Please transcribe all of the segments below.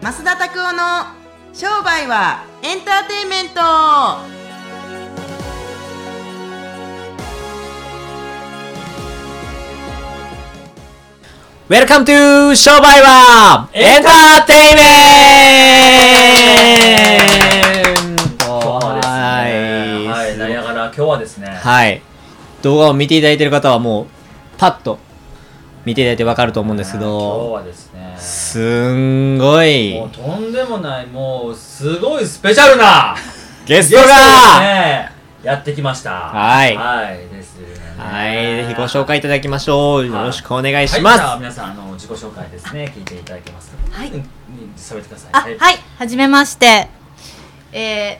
増田拓夫の商売はエンターテインメントウェルカムトゥー商売はエンターテイメントそうですねははい、なりながら今日はですね、い。はい。動画を見ていただいている方はもう、パッと見ていただいてわかると思うんですけ今日ど、はですね、すんごいもうとんでもない、もうすごいスペシャル なゲゲストがね、やってきました。はいはい、ですよね。はい、ぜひご紹介いただきましょう。よろしくお願いしはいまじゃあす。皆さんあの自己紹介ですね、聞いていただけますか。はいうん喋ってください。あ、はい、はじめまして。えー、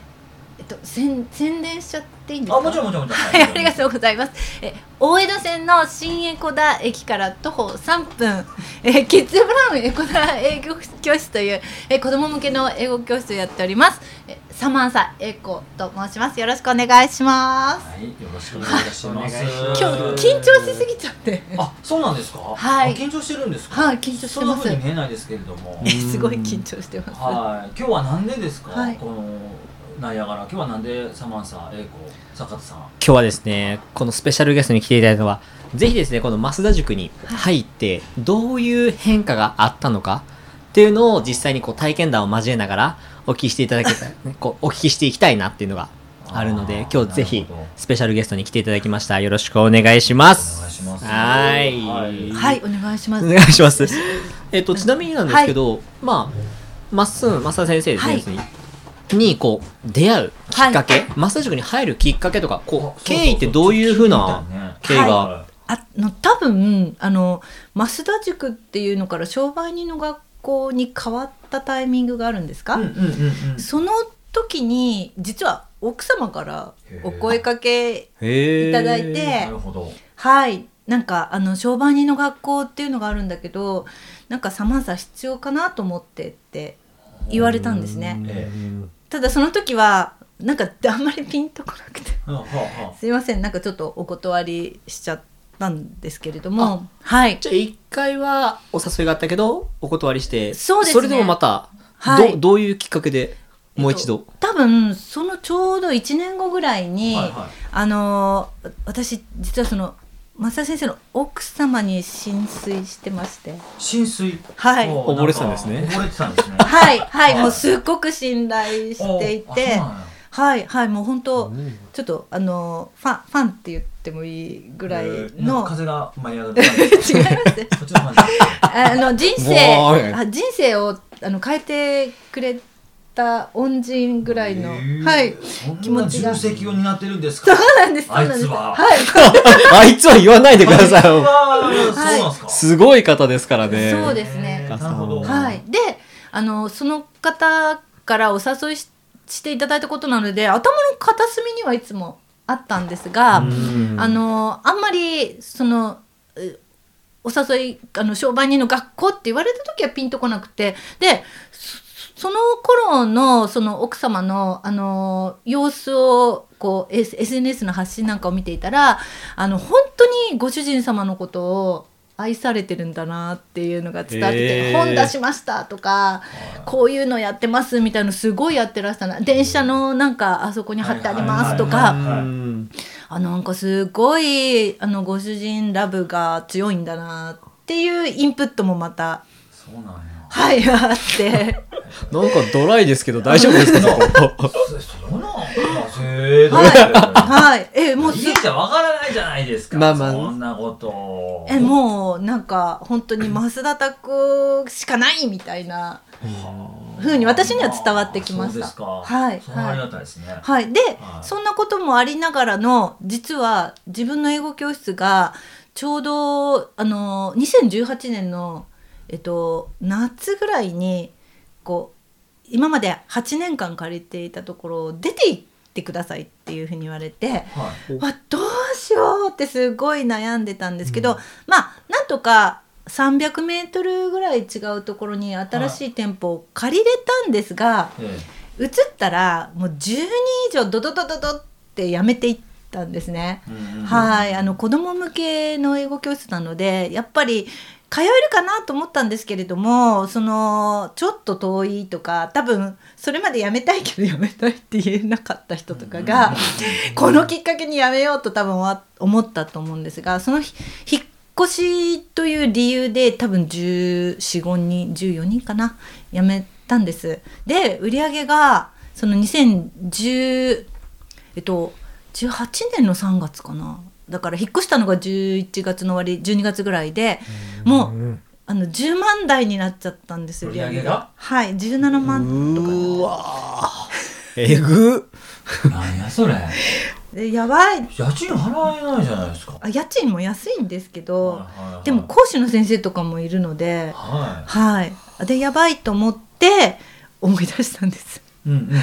えっと、宣宣伝しちゃっていいんですか。あ、もちろんもちろんもちろん。はい、ありがとうございます。え、大江戸線の新江古田駅から徒歩3分、え、キッズブラウン江古田英語教室という、え、子供向けの英語教室をやっております。え、サマンサ英子と申します。よろしくお願いします。はい、よろしくお願いします。今日緊張しすぎちゃって。あ、そうなんですか。はいあ緊張してるんですか。はい緊張してますそんな風に見えないですけれども。え、 すごい緊張してます。はい、今日はなんでですか、はいこのナイアガラ、今日はなんでサマンサ、英子、坂田さん。今日はですね、このスペシャルゲストに来ていただいたのは、ぜひですね、この増田塾に入って、どういう変化があったのかっていうのを実際にこう体験談を交えながらお聞きしていただけ たら、ね、こうお聞きしていきたいなっていうのがあるのあでー、今日ぜひなるほどスペシャルゲストに来ていただきました。よろしくお願いしまお願いす。します。はいはい。はい、お願いしまおす。願いします。 えっと、ちなみになんですけど、まあ、まっすん、増田先生ですね、はい要するにに、こう、出会うきっかけ、増田塾に入るきっかけとか、こう、経緯ってどういうふうな、経緯がはあの多分あの増田塾っていうのから商売人の学校に変わったタイミングがあるんですか、い、うんうんうんうん。その時に実は奥様からお声かけへーいただいてなるほど。はいなんかあの商売人の学校っていうのがあるんだけどなんかサマンサ必要かなと思ってって言われたんですねえただその時はなんかあんまりピンとこなくてえ。はあはすいませんなんかちょっとお断りしちゃったんですけれどもはいじゃあ一回はお誘いがあったけどお断りしてそうですねれでもまた、はいどどういうきっかけでもう一えっ度と、多分そのちょうど1年後ぐらいに、はいはいあのー私実はその増田先生の奥様に浸水してましてあ。浸水。はいもう溺れてたんですねなか溺れてたんですね。はいはい、はいもうすっごく信頼していおあそうてなんやはいはいもう本当、ちょっとあのーファンファンって言ってもいいぐらいなんの、か風が舞い上がる。 違います ねそっちの感じ。あの人もう生あ人生をあの変えてくれた恩人ぐらいの、へえはいそ気んな持ち重が責を担ってるんですそか。うなんですそうなんですあいつはは あいいつは言わないでくださういわーそうなんですか。すごい方ですからねそうですねえーなるほど。はい、であのその方からお誘いししていただいたことなので頭の片隅にはいつもあったんですが、んあのあんまりそのうお誘いあの商売人の学校って言われた時はピンとこなくてでそその頃のその奥様のあの様子をこう S- SNS の発信なんかを見ていたらあの本当にご主人様のことを愛されてるんだなっていうのが伝わってへーて本出しましたとかこういうのやってますみたいなのすごいやってらしたな電車のなんかあそこに貼ってありますとはいはいはいかはいうんあなんかすごいあのご主人ラブが強いんだなっていうインプットもまたそうなんや。はい あってなんかドライですけど大丈夫ですかそこそそうなん。まあせーの。はいはいえもうすいいじゃわからないじゃないですか。まあまあそんなこと。えもうなんか本当に増田拓夫しかないみたいなふうに私には伝わってきましたあそうですか。はいそれはありがたいですね。はい、で、はいそんなこともありながらの実は自分の英語教室がちょうどあの2018年の、えっと、夏ぐらいにこう今まで8年間借りていたところを出て行ってくださいっていうふうに言われて。はい。わどうしようってすごい悩んでたんですけど、まあなんとか300メートルぐらい違うところに新しい店舗を借りれたんですが、え移ったらもう10人以上ドドドドドってやめていったんですね。えうんうんはい、あの子供向けの英語教室なのでやっぱり通えるかなと思ったんですけれどもそのちょっと遠いとか多分それまで辞めたいけど辞めたいって言えなかった人とかが、このきっかけに辞めようと多分は思ったと思うんですがそのひ引っ越しという理由で多分1415人14人かな辞めたんです。で売り上げがその2010えっと18年の3月かなだから引っ越したのが11月の終わり12月ぐらいでもうあの10万台になっちゃったんですよ売り上げがはい17万とかになってうわーえ ぐなんやそれでやばい家賃払えないじゃないですかあ家賃も安いんですけどはいはいはいでも講師の先生とかもいるのでははいでやばいと思って思い出したんですいうんうんはい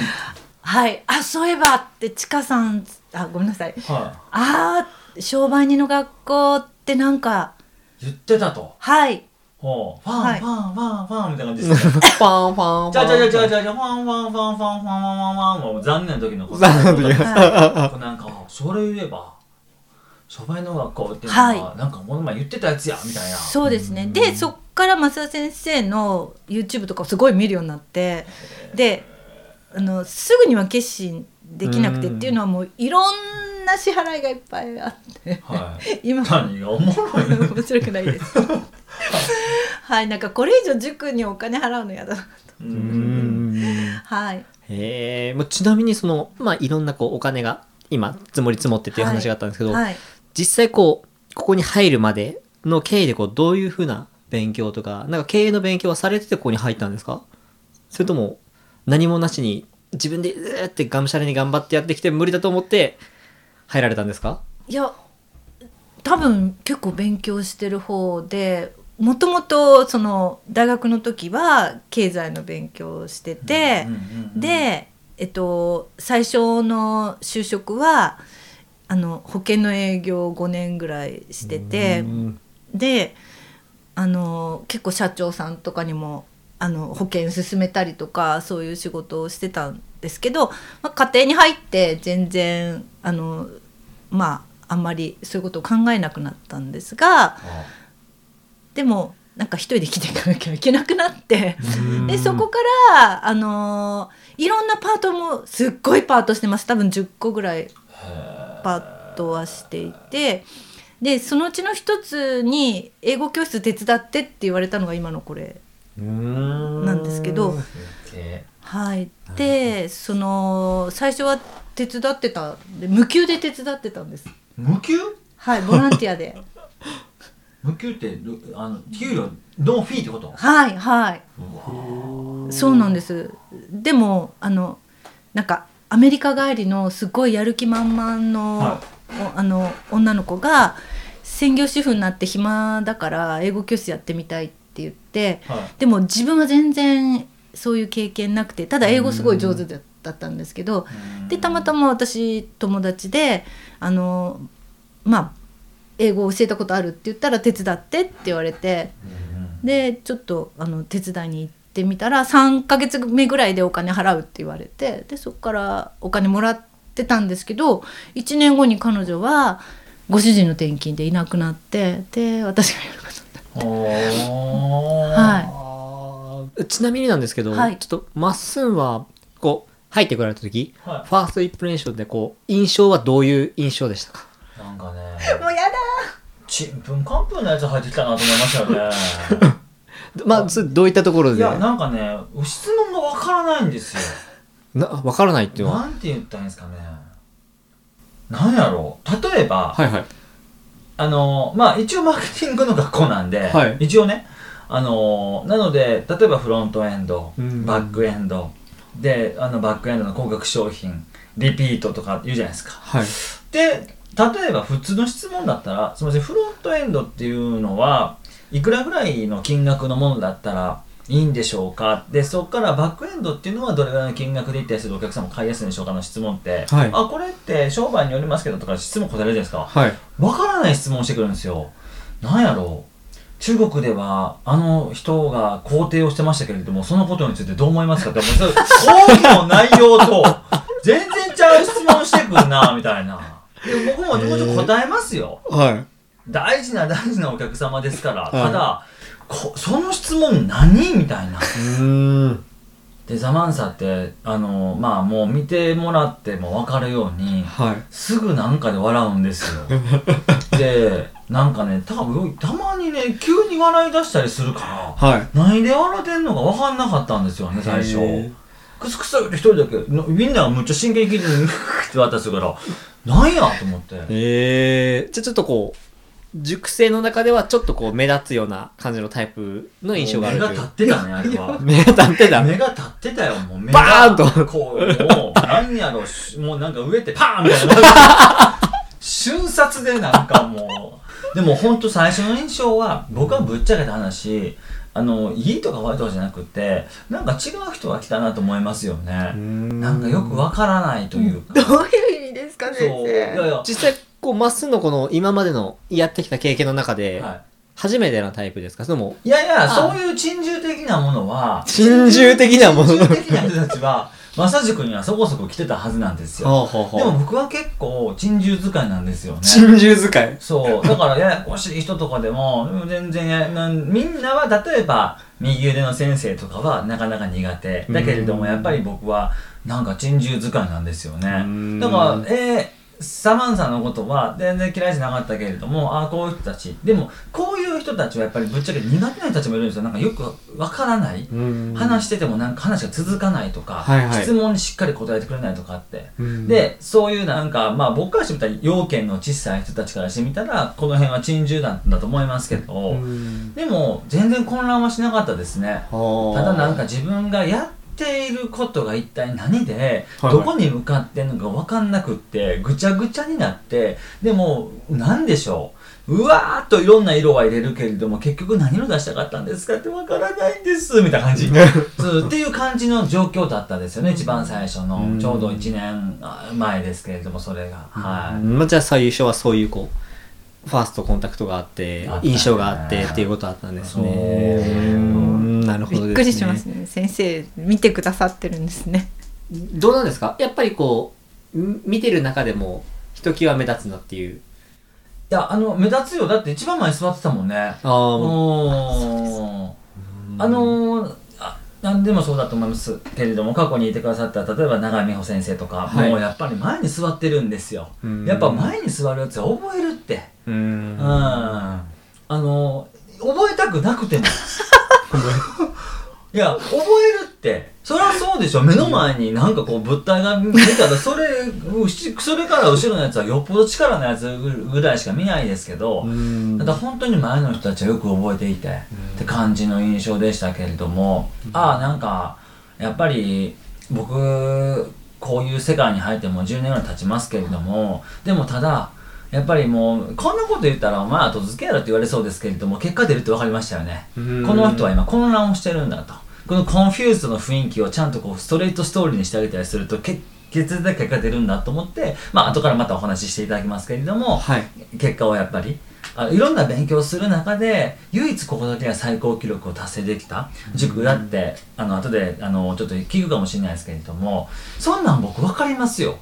はいあそういえばってちかさんあごめんなさいあー商売人の学校ってなんか言ってたとはいほうファン、はいファンファンファンみたいな感じですねパンパンじゃあじゃあじゃあじゃあゃじゃあじゃあファンファンファンファンファンファンファンファンもう残念の時のこと残念の時はいなんかそれ言えば商売の学校っていうのは、はいなんかこの前言ってたやつやみたいなそうですねでそっから増田先生の YouTube とかをすごい見るようになってであのすぐには決心できなくてっうんていうのはもういろんな支払いがいっぱいあってはい今は何がおもろい面白くな いです。はいなんかこれ以上塾にお金払うのやだなと。ううんんはいえー、もうちなみにそのまあいろんなこうお金が今積もり積もってっていう話があったんですけど、はい実際こうここに入るまでの経緯でこうどういうふうな勉強とかなんか経営の勉強はされててここに入ったんですかそれとも何もなしに自分でうーってがむしゃらに頑張ってやってきて無理だと思って入られたんですかいや多分結構勉強してる方でもともとその大学の時は経済の勉強をしてて、うんうんうんで、えっと、最初の就職はあの保険の営業5年ぐらいしてて。うんであの結構社長さんとかにもあの保険勧めたりとかそういう仕事をしてたんですけど、まあ、家庭に入って全然あのまああんまりそういうことを考えなくなったんですがあでもなんか一人で生きていかなきゃいけなくなってうんでそこからあのいろんなパートもすっごいパートしてます多分10個ぐらいパッとはしていてでそのうちの一つに英語教室手伝ってって言われたのが今のこれななんですけどえはいでその最初は手伝ってたんで無給で手伝ってたんです無給はいボランティ アで無給ってどあの給料ノンフィーってことはいはいうわそうなんですでもあのなんかアメリカ帰りのすごいやる気満々の,お、はあの女の子が専業主婦になって暇だから英語教室やってみたいって言ってはでも自分は全然そういう経験なくてただ英語すごい上手だだったんですけどいでたまたま私友達であのまあ英語を教えたことあるって言ったら手伝ってって言われてうんでちょっとあの手伝いに行ってみたら3ヶ月目ぐらいでお金払うって言われてでそこからお金もらってたんですけど1年後に彼女はご主人の転勤でいなくなってで私がやることになおっーはいあーちなみになんですけど、はいちょっとまっすんはこう入ってこられた時、はいファーストインプレッションでこう印象はどういう印象でしたかなんかねたもうやだちんぷんかんぷんのやつ入ってきたなと思いましたよね まあそれ どういったところいでやなんかね質問がわからないんですよなわからないっていうのはなんて言ったらいいんですかねなんやろう例えば、はいはいあのまあ一応マーケティングの学校なんで、はい一応ねあのなので例えばフロントエンドうんバックエンドであのバックエンドの高額商品リピートとか言うじゃないですかはいで例えば普通の質問だったらすみませんフロントエンドっていうのはいくらぐらいの金額のものだったらいいんでしょうかでそこからバックエンドっていうのはどれぐらいの金額で一定するお客様買いやすいんでしょうかの質問って、はいあこれって商売によりますけどとか質問答えるじゃないですかはいわからない質問してくるんですよ。なんやろう中国ではあの人が肯定をしてましたけれどもそのことについてどう思いますかって思う講義の内容と全然ちゃう質問してくんなみたいなで僕もちょこちょこ答えますよはい大事な大事なお客様ですから、いただこその質問何みたいなうん。でザ・マンサってあのまあもう見てもらっても分かるようにはい。すぐなんかで笑うんですよでなんかね多分たまにね急に笑い出したりするからはい。何で笑ってんのか分かんなかったんですよね最へ初ークスクスって一人だけのみんながむっちゃ真剣に聞いてるのにって渡すからなんやと思ってええじゃあちょっとこう、熟成の中ではちょっとこう目立つような感じのタイプの印象があるもうとい目が立う。ってたねあれは目が立って た。目が立ってたよもう目がバーンとこうもう何やろしもうなんか植えてパーンみたいな瞬殺でなんかもうでもほんと最初の印象は僕はぶっちゃけた話あのいいとか悪いとかじゃなくてなんか違う人が来たなと思いますよねなんかよくわからないというか、どういう意味ですか先そういやい生や実際、こう、まっすーのこの今までのやってきた経験の中で、は初めてのタイプですかそれとも、い、いやいやあそういう珍獣的なものは珍獣的なもの珍獣的な人たちは正塾にはそこそこ来てたはずなんですよほうほうでも僕は結構珍獣使いなんですよね。珍獣使い。そう。だからややこしい人とかでも、でも全然やなんみんなは例えば、右腕の先生とかはなかなか苦手。だけれども、うんやっぱり僕は、なんか珍獣使いなんですようんね。だから、えーサマンサのことは全然嫌いじゃなかったけれども、ああ、こういう人たち。でも、こういう人たちはやっぱりぶっちゃけ苦手な人たちもいるんですよ。なんかよくわからない。話しててもなんか話が続かないとか、はいはい質問にしっかり答えてくれないとかあって。うんで、そういうなんか、まあ僕からしてみたら、要件の小さい人たちからしてみたら、この辺は珍獣なんだと思いますけど、うんでも全然混乱はしなかったですね。はあただなんか自分がやっていることが一体何で、はいどこに向かってんのか分かんなくって、ぐちゃぐちゃになって、でも、なんでしょう。うわーっといろんな色は入れるけれども、結局何を出したかったんですかって分からないんです、みたいな感じ。そうっていう感じの状況だったんですよね、一番最初うのん。ちょうど1年あ前ですけれども、それが。はうんまあ、じゃあ最初はそういうこうファーストコンタクトがあってあったね印象があってっていうことだったんですねそううんなるほどです、ね、びっくりしますね先生見てくださってるんですねどうなんですかやっぱりこうん見てる中でもひときわ目立つなっていうい。いや、あの、目立つよ。だって一番前に座ってたもんね。ああもうおーあのー、あ何でもそうだと思いますけれども過去にいてくださった例えば永井美穂先生とか、はいもうやっぱり前に座ってるんですようんやっぱ前に座るやつは覚えるってううんんあのー覚えたくなくてもいや覚えるってそりゃそうでしょ目の前になんかこう物体が見えたらそれうしそれから後ろのやつはよっぽど力のやつぐらいしか見ないですけど、うんただ本当に前の人たちはよく覚えていてって感じの印象でしたけれども、ああなんかやっぱり僕こういう世界に入ってもう10年ぐらい経ちますけれどもでもただやっぱりもうこんなこと言ったらお前後付けやろって言われそうですけれども結果出るって分かりましたよね、うんこの人は今混乱をしてるんだとこのコンフューズの雰囲気をちゃんとこうストレートストーリーにしてあげたりすると結決で結果出るんだと思ってまあ後からまたお話ししていただきますけれども、はい結果はやっぱりあいろんな勉強をする中で唯一ここだけは最高記録を達成できた塾だって、あの後であのちょっと聞くかもしれないですけれどもそんなん僕分かりますよ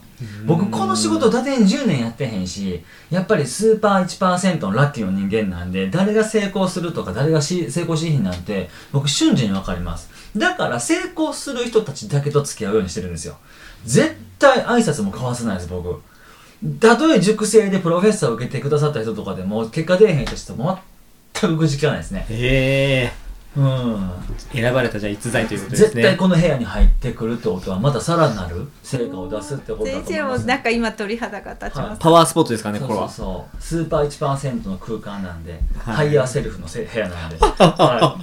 僕この仕事だてに10年やってへんしやっぱりスーパー1%のラッキーの人間なんで誰が成功するとか誰がし成功しひんなんて僕瞬時に分かりますだから成功する人たちだけと付き合うようにしてるんですよ絶対挨拶も交わせないです僕たとえ塾生でプロフェッサーを受けてくださった人とかでも結果出えへん人とも全く口聞かないですねへえうん選ばれたじゃあ逸材ということです絶ね対この部屋に入ってくるってことはまたさらなる成果を出すってことだと思い先ます生もなんか今鳥肌が立ちます、パワースポットですからねそうこれそはうそうスーパー1%の空間なんで、はいハイヤーセルフのせ部屋 なんで、はい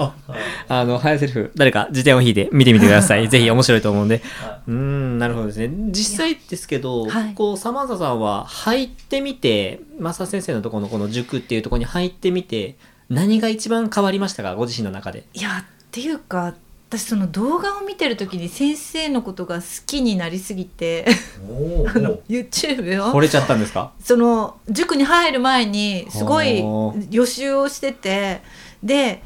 はいあの、ハイセルフ、誰か辞典を引いて見てみてください。ぜひ面白いと思うんで。はうーん、なるほどですね。実際ですけど、はいこう、サマンサさんは入ってみて、マサ先生のところのこの塾っていうところに入ってみて、何が一番変わりましたかご自身の中で。いやっていうか私その動画を見てる時に先生のことが好きになりすぎておーおー YouTube 惚をれちゃったんですかその塾に入る前にすごいほ予習をしててで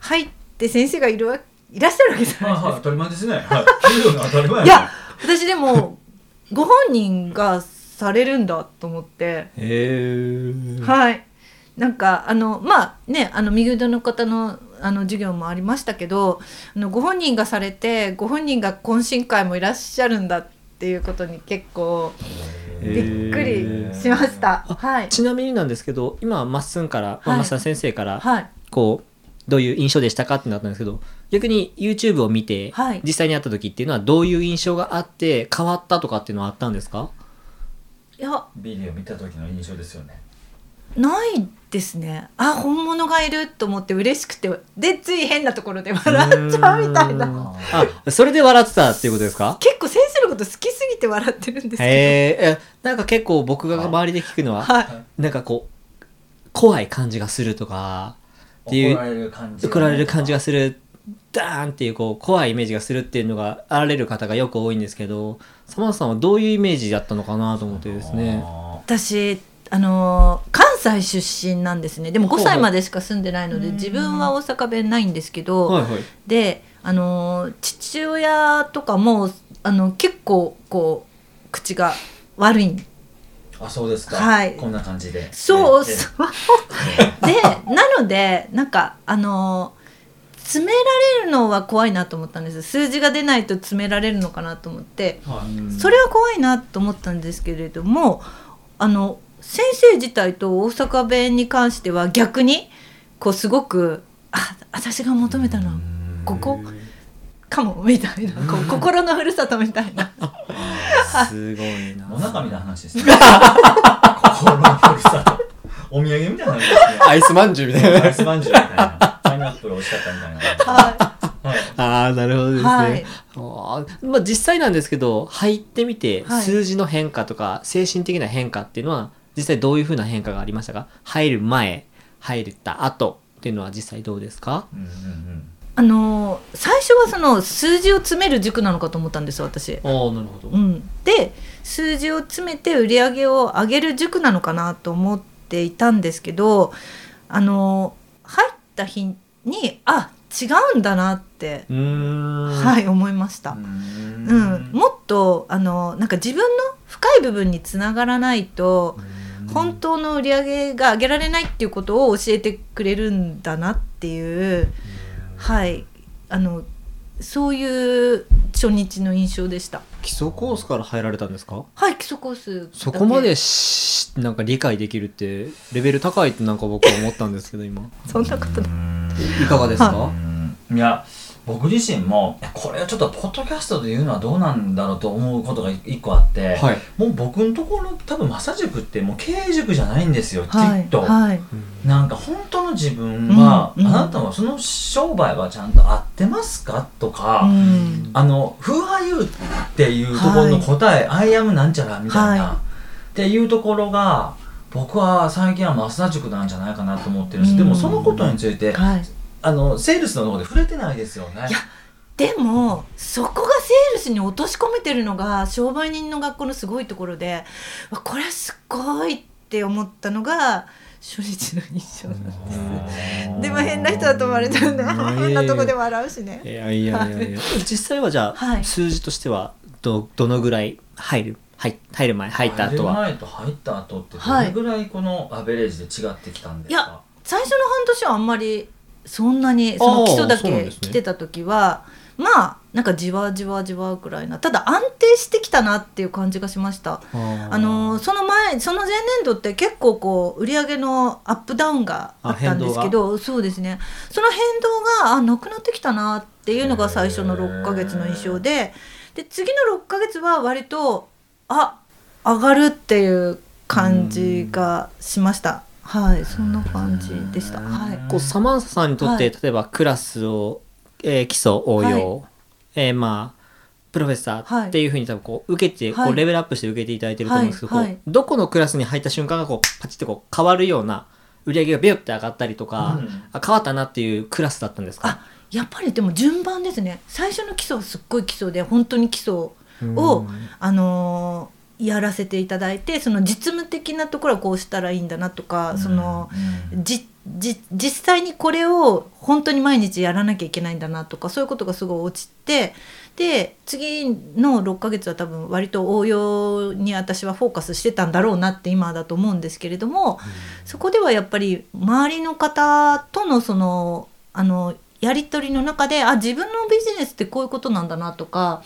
入って先生がいるわいらっしゃるわけじゃはないですいかはい当たり前 ですねはい給料の当たり前ねいや私でもご本人がされるんだと思って、へー。はいなんかあのまあねあの右腕の方のあの授業もありましたけどあのご本人がされてご本人が懇親会もいらっしゃるんだっていうことに結構びっくりしました。はい、ちなみになんですけど今まっすんから、まはあ、いまっすん先生から、はいこうどういう印象でしたかってなったんですけど逆に YouTube を見て、はい実際に会った時っていうのはどういう印象があって変わったとかっていうのはあったんですかいやビデオ見た時の印象ですよねないですねあ本物がいると思って嬉しくてでつい変なところで笑っちゃうみたいななあそれで笑ってたっていうことですか結構先生のこと好きすぎて笑ってるん ですへけええなんか結構僕が周りで聞くのどは、はいなんかこう怖い感じがするとかっていう怒られる感じ怒られる感じがするダーンっていうこう怖いイメージがするっていうのがあられる方がよく多いんですけど様田さんはどういうイメージだったのかなと思ってですねあ私あのー関西出身なんですねでもほう5ほう歳までしか住んでないので自分は大阪弁ないんですけど、はいはいであのー父親とかもあの結構こう口が悪いんーあそうですか、はいこんな感じでそう、でスマホでなのでなんかあの詰められるのは怖いなと思ったんです数字が出ないと詰められるのかなと思ってはいそれは怖いなと思ったんですけれどもあの先生自体と大阪弁に関しては逆にこうすごくあ私が求めたのはここかもみたいなこう心のふるさとみた いなすごいなもなかみたいな話ですね 心のふるさとお土産みたいな話ですね アイスまんじゅうみたいアなイスまんじゅうみたいなパイナップル美味しかったみたいなははいああなるほどですね、はいあーまあ、実際なんですけど入ってみてはい数字の変化とか精神的な変化っていうのは実際どういうふうな変化がありましたか入る前入った後っていうのは実際どうですかうんうんうんい、あの最初はその数字を詰める塾なのかと思ったんです私。ああなるほどうん、で数字を詰めて売り上げを上げる塾なのかなと思っていたんですけどあの入った日にあ違うんだなって、うんはい思いました。ううんん、もっとあのなんか自分の深い部分につながらないと本当の売り上げが上げられないっていうことを教えてくれるんだなっていう、はい、あのそういう初日の印象でした。基礎コースから入られたんですかはい、基礎コースだけそこまでしなんか理解できるってレベル高いってなんか僕は思ったんですけど今そんなことない。いかがですか、うんいや僕自身もいやこれはちょっとポッドキャストで言うのはどうなんだろうと思うことが一個あって、はいもう僕のところ多分マサ塾ってもう経営塾じゃないんですよ、はきい。っと、はい。なんか本当の自分は、うんうんあなたはその商売はちゃんと合ってますかとうか、ん。あの「風俳優」っていうところの答え「アイアムなんちゃら」みたいな、はいっていうところが僕は最近は増田塾なんじゃないかなと思ってるし、うんでもそのことについて、はい。あのセールスの方で触れてないですよねいやでもそこがセールスに落とし込めてるのが商売人の学校のすごいところで、わこれはすごいって思ったのが初日の印象なんです。でも変な人だと思われちゃうんで、うん変なとこで笑うしいね。やい やいやいや実際はじゃあ、はい数字としてはどどのぐらい入る入入る前入った後は入る前と入った後ってどれぐらいこのアベレージで違ってきたんですか、いや最初の半年はあんまりそんなにその基礎だそうなんけですね来てた時は、まあなんかじわじわじわぐらいなただ安定してきたなっていう感じがしました。ああのーその前その前年度って結構こう売り上げのアップダウンがあったんですけどそうですねその変動があなくなってきたなっていうのが最初の6ヶ月の印象でで次の6ヶ月は割とあ上がるっていう感じがしましたはいそんな感じでしたはいこうサマンサさんにとって、は例えばクラスを、えー基礎応用、えーまあプロフェッサはーいっていうふうに多分こう受けて、はいこうレベルアップして受けていただいてると思うんですけど、はいこうはいどこのクラスに入った瞬間がこうパチッとこう変わるような売り上げがビュッて上がったりとか、うんあ変わったなっていうクラスだったんですかあやっぱりでも順番ですね最初の基礎はすっごい基礎で本当に基礎を、うんあのーやらせていただいてその実務的なところはこうしたらいいんだなとか、そのうんじじ実際にこれを本当に毎日やらなきゃいけないんだなとかそういうことがすごい落ちてで次の6ヶ月は多分割と応用に私はフォーカスしてたんだろうなって今だと思うんですけれども、そこではやっぱり周りの方とのそのあのやり取りの中であ自分のビジネスってこういうことなんだなとか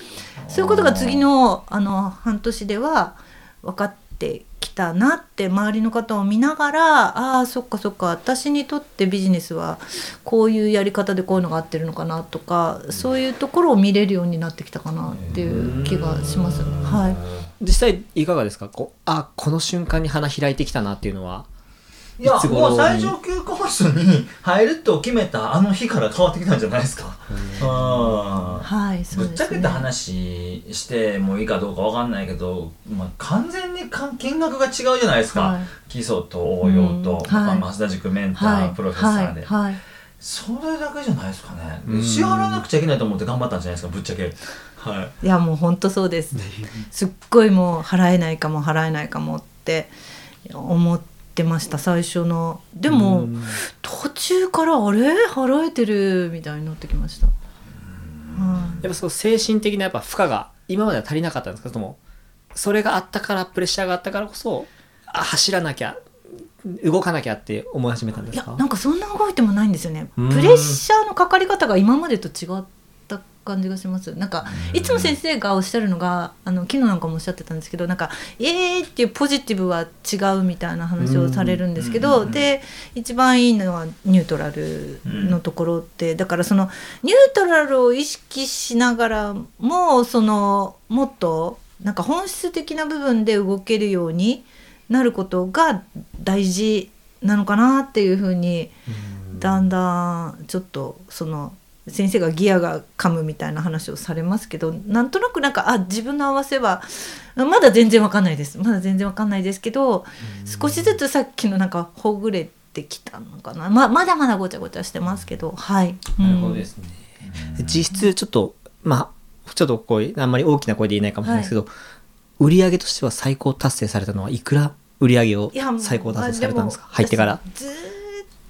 そういうことが次のあの半年では分かってきたなって周りの方を見ながらあーそっかそっか私にとってビジネスはこういうやり方でこういうのが合ってるのかなとかそういうところを見れるようになってきたかなっていう気がします。はい、実際いかがですかこうあこの瞬間に花開いてきたなっていうのはいやいつ頃にもう最上級コースに入ると決めたあの日から変わってきたんじゃないですか。うんはい、そうぶですっちゃけた話してもいいかどうかわかんないけど、まあ、完全にかん金額が違うじゃないですか、はい基礎と応用と、うんはいまあ、増田塾メンター、はい、プロフェッサーで、はいはいそれだけじゃないですかねうん支払わなくちゃいけないと思って頑張ったんじゃないですかぶっちゃけはいいやもう本当そうですすっごいもう払えないかも払えないかもって思ってました最初のでも、うん途中からあれ払えてるみたいになってきました、はいやっぱその精神的なやっぱ負荷が今までは足りなかったんですかそれともそれがあったからプレッシャーがあったからこそあ走らなきゃ動かなきゃって思い始めたんでいすやかなんかそんな動いてもないんですよねうんプレッシャーのかかり方が今までと違った感じがしますなんかいつも先生がおっしゃるのがあの昨日なんかもおっしゃってたんですけどなんか「えー」っていうポジティブは違うみたいな話をされるんですけうどんで一番いいのはニュートラルのところってだからそのニュートラルを意識しながらもそのもっとなんか本質的な部分で動けるようになることが大事なのかなっていうふうにだんだんちょっとその先生がギアが噛むみたいな話をされますけどなんとなくなんかあ自分の合わせはまだ全然わかんないですまだ全然わかんないですけど少しずつさっきのなんかほぐれてきたのかなままだまだごちゃごちゃしてますけどはい。うんなるほどですね。実質ちょっと、まあ、ちょっとこう、あんまり大きな声で言えないかもしれないですけど、売り上げとしては最高達成されたのはいくら売り上げをいやもう最高達成されたんですかまあも入ってから。ずーっ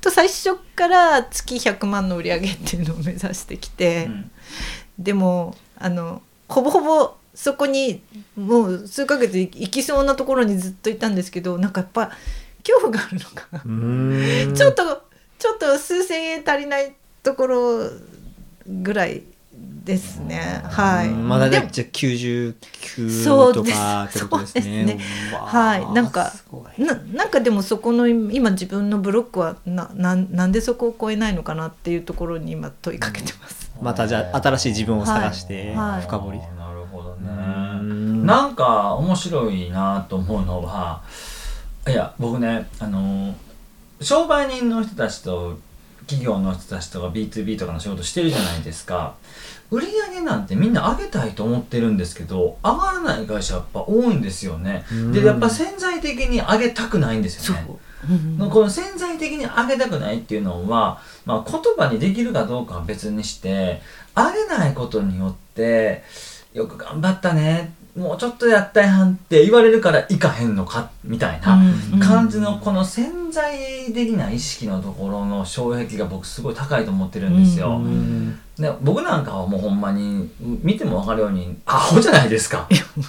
と最初から月100万の売り上げっていうのを目指してきて、うんでもあのほぼほぼそこにもう数ヶ月い行きそうなところにずっといたんですけどなんかやっぱ恐怖があるのか、うーんちょっとちょっと数千円足りないところぐらいですねはい。まあ、だいでたもいじゃあ99そとうですかってことですね。そうですうわーはい、なんかすごいななんかでもそこの今今自分のブロックはななんなんでそこを超えないのかなっていうところに今問いかけてます。またじゃあ、新しい自分を探して、はいはい深掘り。なるほどうねんなんか面白いなと思うのはいや僕ねあの商売人の人たちと企業の人たちとか B2B とかの仕事してるじゃないですか売り上げなんてみんな上げたいと思ってるんですけど上がらない会社やっぱ多いんですよねでうんやっぱ潜在的に上げたくないんですよねうんこの潜在的に上げたくないっていうのは、まあ、言葉にできるかどうかは別にして上げないことによってよく頑張ったねもうちょっとやったやんって言われるからいかへんのかみたいなうん感じのこの潜在的な意識のところの障壁が僕すごい高いと思ってるんですよ。うんで僕なんかはもうほんまに見ても分かるようにアホじゃないですか。えう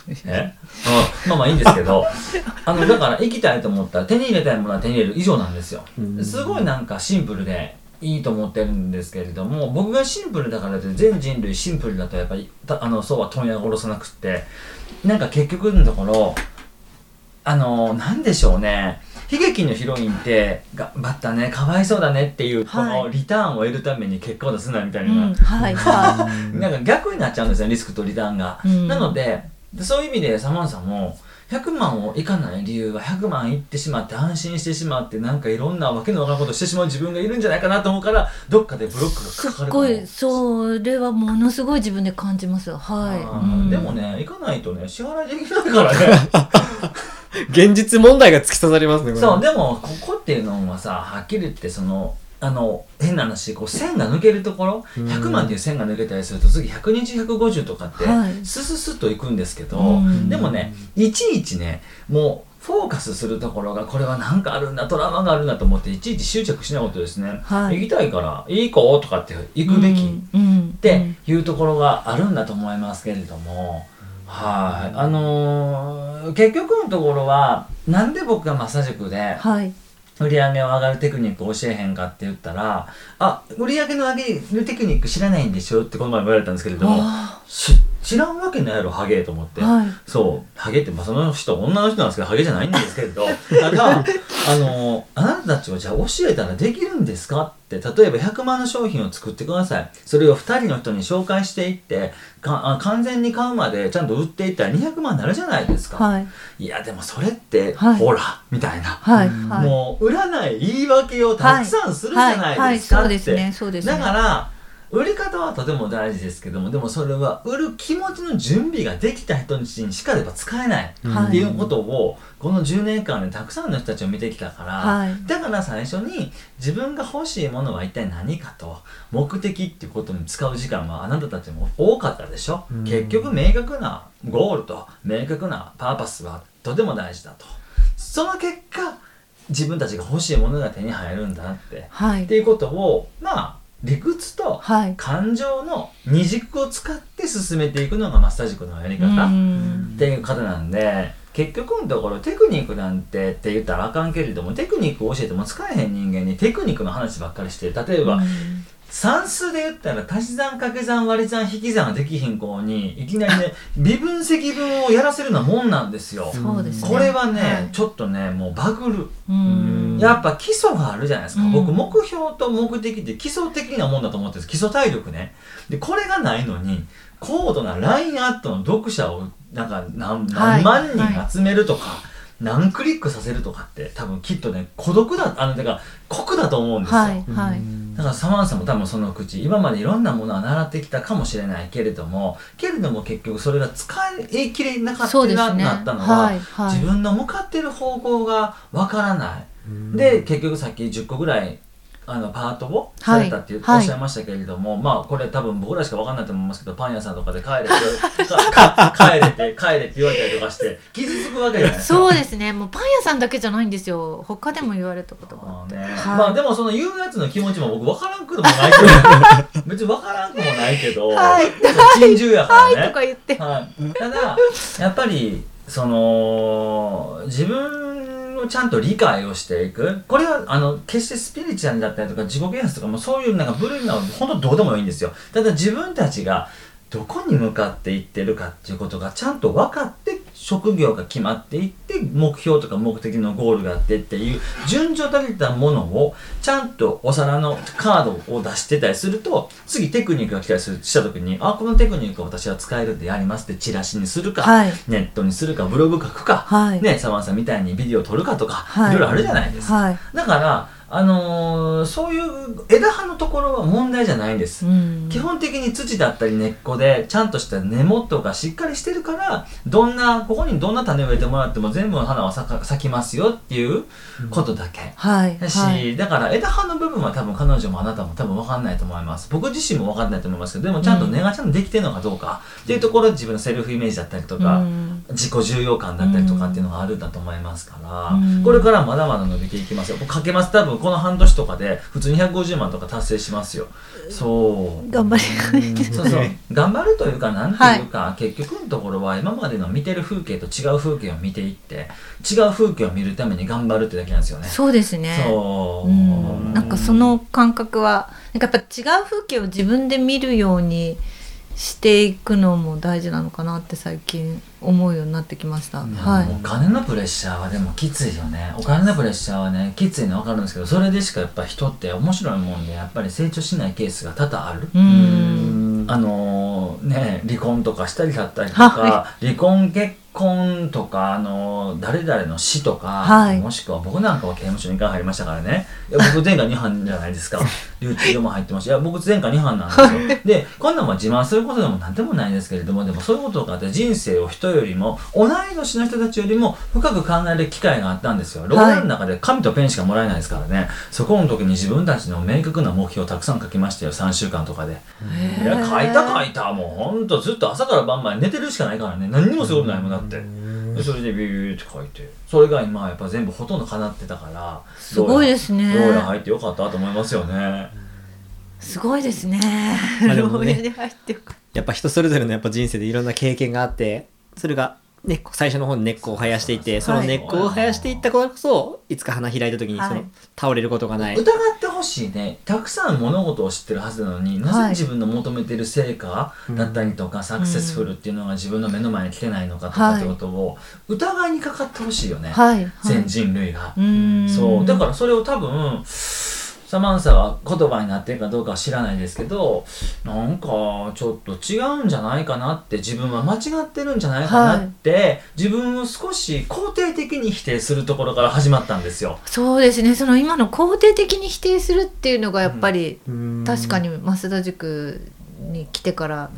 んまあまあいいんですけどあのだから行きたいと思ったら手に入れたいものは手に入れる以上なんですようんすごいなんかシンプルでいいと思ってるんですけれども僕がシンプルだからって全人類シンプルだとやっぱりたあのそうは問屋殺さなくってなんか結局のところあのなんでしょうね悲劇のヒロインって頑張ったねかわいそうだねっていうこはのいリターンを得るために結果を出すなみたいな、うんはいはなんか逆になっちゃうんですよリスクとリターンが、うんなのでそういう意味でサマンさんも100万をいかない理由は100万いってしまって安心してしまってなんかいろんなわけのわからんことをしてしまう自分がいるんじゃないかなと思うからどっかでブロックい。すがかかっるごかいもそれはものすごい自分で感じます。あはい。ーうんでもね、行かないとね、支払いできないからね。現実問題が突き刺さりますね、これそう、でも、ここっていうのはさ、はっきり言って、その、あの変な話こう線が抜けるところうん100万っていう線が抜けたりすると次120150とかってはいスススッといくんですけど、うんでもねいちいちねもうフォーカスするところがこれは何かあるんだトラウマがあるんだと思っていちいち執着しないことですね、はい行きたいからいい子とかって行くべき、っっていうところがあるんだと思いますけれども、はいあのー結局のところはなんで僕がマッサージ塾ではい売り上げを上がるテクニックを教えへんかって言ったら「あ売り上げの上げるテクニック知らないんでしょ?」ってこの前も言われたんですけれどもあし知らんわけないやろハゲと思って。ーはいそう、ハゲって、まあ、その人、女の人なんですけど、ハゲじゃないんですけれ ど、ただ、あの、あなたたちをじゃあ教えたらできるんですかって、例えば100万の商品を作ってください。それを2人の人に紹介していって、かあ完全に買うまでちゃんと売っていったら200万になるじゃないですか。はいい、や、でもそれって、はいほら、みたいな。はいうんはいもう、売らない言い訳をたくさんするじゃないですかはっいはいはいそうですてね。そうですねだから、売り方はとても大事ですけども、でもそれは売る気持ちの準備ができた人にしかれば使えない。はいっていうことをこの10年間でたくさんの人たちを見てきたから、はいだから最初に自分が欲しいものは一体何かと目的っていうことに使う時間はあなたたちも多かったでしょ、うん結局明確なゴールと明確なパーパスはとても大事だとその結果自分たちが欲しいものが手に入るんだなってはいっていうことをまあ理屈とはい感情の二軸を使って進めていくのがマッサージクのやり方、うんっていう方なんで結局のところテクニックなんてって言ったらあかんけれどもテクニックを教えても使えへん人間にテクニックの話ばっかりして例えば、うん算数で言ったら足し算掛け算割り算引き算ができひん子にいきなりね微分積分をやらせるようなもんなんですよ。そうですねこれはね、はいちょっとねもうバグるうんやっぱ基礎があるじゃないですか、うん僕目標と目的って基礎的なもんだと思ってるんです基礎体力ねでこれがないのに高度なラインアットの読者をなんか何,、は何い万人集めるとか、何クリックさせるとかって多分きっとね孤独だあのだから酷だと思うんですよ、はいはいだからサマンサも多分その口今までいろんなものは習ってきたかもしれないけれどもけれども結局それが使いきれなかっそうたですな,、ねったのは、はいはい自分の向かってる方向がわからないうんで結局さっき10個ぐらいあのパートをされたっていうはいおっしゃいましたけれども、まあこれ多分僕らしか分かんないと思いますけどパン屋さんとかで帰れ って言わかか帰れって帰れって言われたりとかして傷つくわけじゃないですか。そうですねもうパン屋さんだけじゃないんですよ他でも言われたことがまあねはいまあでもその言うやつの気持ちも僕分からんくもないけ ど別に分からんくもないけど、はい珍獣やからね。とか言ってはい、ただやっぱりその自分をちゃんと理解をしていくこれはあの決してスピリチュアルだったりとか自己啓発とかもそういうなんか部類なの本当どうでもいいんですよただ自分たちがどこに向かっていってるかっていうことがちゃんと分かって職業が決まっていって目標とか目的のゴールがあってっていう順序立てたものをちゃんとお皿のカードを出してたりすると次テクニックが来たりするした時にあこのテクニックを私は使えるんでやりますってチラシにするか、はいネットにするかブログ書くか、はいねサマンさんみたいにビデオ撮るかとか、はいい、ろいろあるじゃないですか、はいだから、あのーそういう枝葉のところは問題じゃないんです、うん基本的に土だったり根っこでちゃんとした根元がしっかりしてるからどんなここにどんな種植えてもらっても全部の花は咲か咲きますよっていうことだけ、はいだし、はいだから枝葉の部分は多分彼女もあなたも多分分かんないと思います僕自身も分かんないと思いますけどでもちゃんと根がちゃんとできてるのかどうか、っていうところで自分のセルフイメージだったりとか、うん自己重要感だったりとかっていうのがあるんだと思いますから、うんこれからまだまだ伸びていきますよ僕かけます多分この半年とかで普通に150万とか達成しますよそう頑張りそう そう頑張るというかなんていうか、結局のところは今までの見てる風景と違う風景を見ていって違う風景を見るために頑張るってだけなんですよねそうですねそう、うん、なんかその感覚はなんかやっぱ違う風景を自分で見るようにしていくのも大事なのかなって最近思うようになってきました。いやはおい、金のプレッシャーはでもきついよねお金のプレッシャーはねきついの分かるんですけどそれでしかやっぱ人って面白いもんでやっぱり成長しないケースが多々ある、うん、あっののね離婚とかしたりだったりとか、は離婚結婚とかあの誰々の死とか、はいもしくは僕なんかは刑務所に2回入りましたからねいや僕前科2班じゃない ですか留置所も入ってましたいや僕前科2班なんですよでこんなんは自慢することでも何でもないですけれどもでもそういうことがあって人生を人よりも同い年の人たちよりも深く考える機会があったんですよ老眼の中で紙とペンしかもらえないですからね、そこの時に自分たちの明確な目標をたくさん書きましたよ3週間とかで。いや書いた書いたもうほんとずっと朝から晩まで寝てるしかないからね何にもすることないもんだってでそれでビューって書いてそれが今やっぱ全部ほとんど叶ってたからすごいですねどうや入ってよかったと思いますよねすごいですね。まあでもね 牢屋に入ってよかっやっぱ人それぞれのやっぱ人生でいろんな経験があってそれが根っこ最初の方に根っこを生やしていってそそうのそう根っこを生やしていったからこそいつか花開いた時にそはのい倒れることがない、疑ってほしいねたくさん物事を知ってるはずなのになはぜい自分の求めてる成果だったりとか、サクセスフルっていうのが自分の目の前に来てないのかとかはいってことを疑いにかかってほしいよね、た。はい。はい全人類が。うーん。そうだからそれを多分サマンサが言葉になってるかどうかは知らないですけどなんかちょっと違うんじゃないかなって自分は間違ってるんじゃないかなって、自分を少し肯定的に否定するところから始まったんですよ。そうですね。その今の肯定的に否定するっていうのがやっぱり、確かに増田塾に来てから。う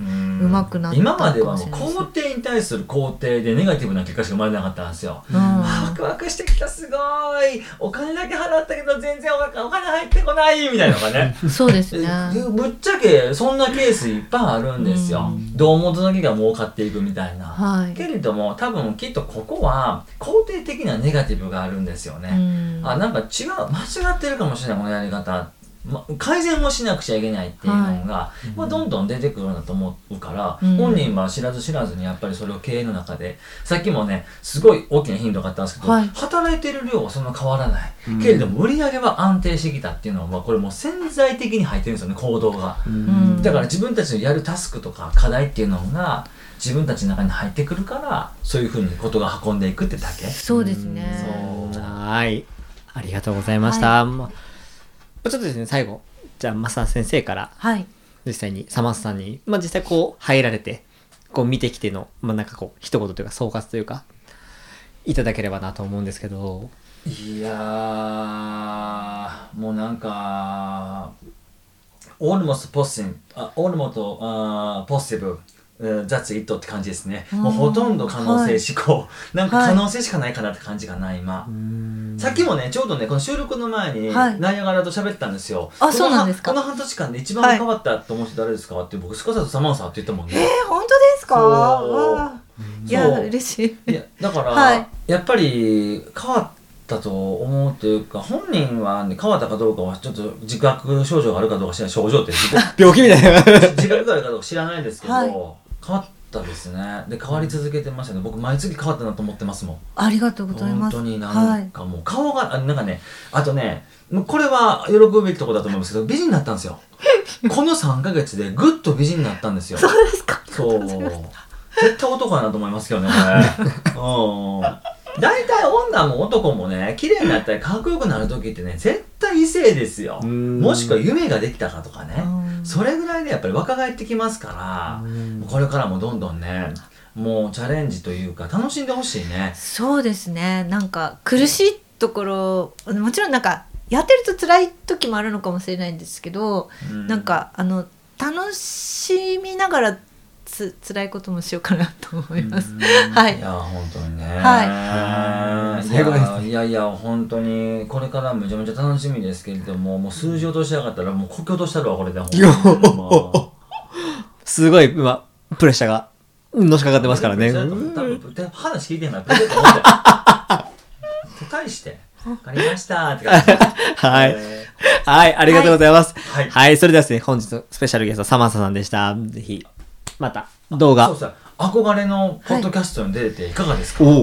上手くなった今まではもうかもしれないです肯定に対する肯定でネガティブな結果しか生まれなかったんですよ。うん。ワクワクしてきたすごいお金だけ払ったけど全然お金お金入ってこないみたいなのがねそうですね。 でぶっちゃけそんなケースいっぱいあるんですよう。堂本だけが儲かっていくみたいな。はい。けれども多分きっとここは肯定的なネガティブがあるんですよね。うんあなんか違う間違ってるかもしれないこのやり方。ま、改善もしなくちゃいけないっていうのが、まあ、どんどん出てくるんだと思うから、うん本人は知らず知らずにやっぱりそれを経営の中でさっきもねすごい大きな頻度があったんですけど、はい働いてる量はそんな変わらない、けれども売り上げは安定してきたっていうのは、まあ、これもう潜在的に入ってるんですよね行動が。うんだから自分たちのやるタスクとか課題っていうのが自分たちの中に入ってくるからそういうふうにことが運んでいくってだけ。そうですね。そうはいありがとうございました、まあもうちょっとですね最後じゃあ増田先生からはい。実際にサマスさんに、まあ、実際こう入られてこう見てきての、まあ、なんかこう一言というか総括というかいただければなと思うんですけどいやーもうなんかオールモスポッシンあオールモトあポッシブ雑イットって感じですね、もうほとんど可能性思考、なんか可能性しかないかなって感じがない今、さっきもねちょうどねこの収録の前にはいナイアガラと喋ったんですよ、こあのそうなんですかこの半年間で一番変わったと思う人誰ですかって僕すかさずサマンサーって言ったもんね、え本当ですか。そうわあいそうや嬉しい。いやだから、はいやっぱり変わったと思うというか本人はね、変わったかどうかはちょっと自覚症状があるかどうか知らない症状って 自覚病気みたいな自覚があるかどうか知らないですけど、はい変わったですねで変わり続けてましたね僕毎月変わったなと思ってますもんありがとうござい本ます。当になはんい。かもう顔があなんかねあとねもうこれは喜ぶべきとこだと思いますけど美人になったんです よこの3か月でぐっと美人になったんですよそうですか。そう。絶対男やなと思いますけどね、こ れ。うん。大体女も男もね、綺麗になったりかっこよくなる時ってね、絶対異性ですよ。うんもしくは夢ができたかとかねう。んそれぐらいでやっぱり若返ってきますから、これからもどんどんね、もうチャレンジというか、楽しんでほしいね。そうですねなんか苦しいところもちろんなんかやってると辛い時もあるのかもしれないんですけど、うなん、かあの楽しみながらつ辛いこともしようかなと思います。はいいや本当にね。はい最後ですいやいやいや本当にこれからめちゃめちゃ楽しみですけれども、もう数字落としやがったらもう故郷としたるわこれで。ほんとによも すごい今プレッシャーがのしかかってうますからね多分多分話聞いてんな。プレゼント持ってる大して。わかりましたって感じ。はいえはいありがとうございますはいはいそれではですね本日のスペシャルゲストサマンサさんでしたぜひまた動ー。画そうそう。憧れのポッドキャストに出れていかがですか。おういや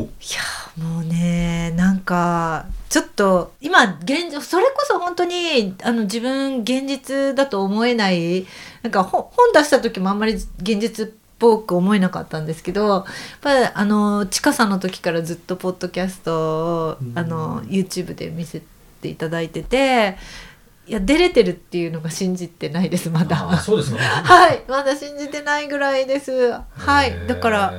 ーもうねなんかちょっと今現状それこそ本当にあの自分現実だと思えないなんか本本出した時もあんまり現実っぽく思えなかったんですけどやっぱりあのちかさんの時からずっとポッドキャストをあの YouTube で見せていただいてていや出れてるっていうのが信じてないですまだあーそうですねはいまだ信じてないぐらいですはいだから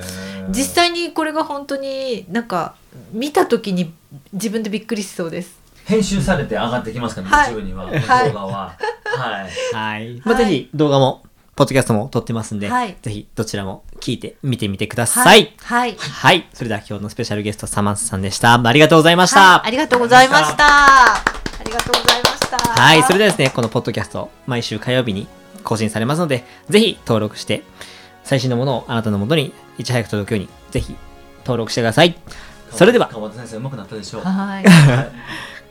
実際際にこれが本当になんか見た時に自分でびっくりしそうです編集されて上がってきますから、はい YouTube には、はい動画ははいはい。まあ、ぜひ動画も、ポッドキャストも撮ってますんで、はいぜひどちらも聞いてみてみてください。はい、はいはい。それでは今日のスペシャルゲスト、サマンサさんでした。ありがとうございました。はいありがとうございましたありがとうございましたはい、それではですね、このポッドキャスト、毎週火曜日に更新されますので、ぜひ登録して、最新のものをあなたの元にいち早く届くように、ぜひ登録してください。それでは、川端先生うまくなったでしょうはい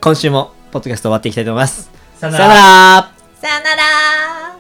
今週もポッドキャスト終わっていきたいと思います。ささよならさよなら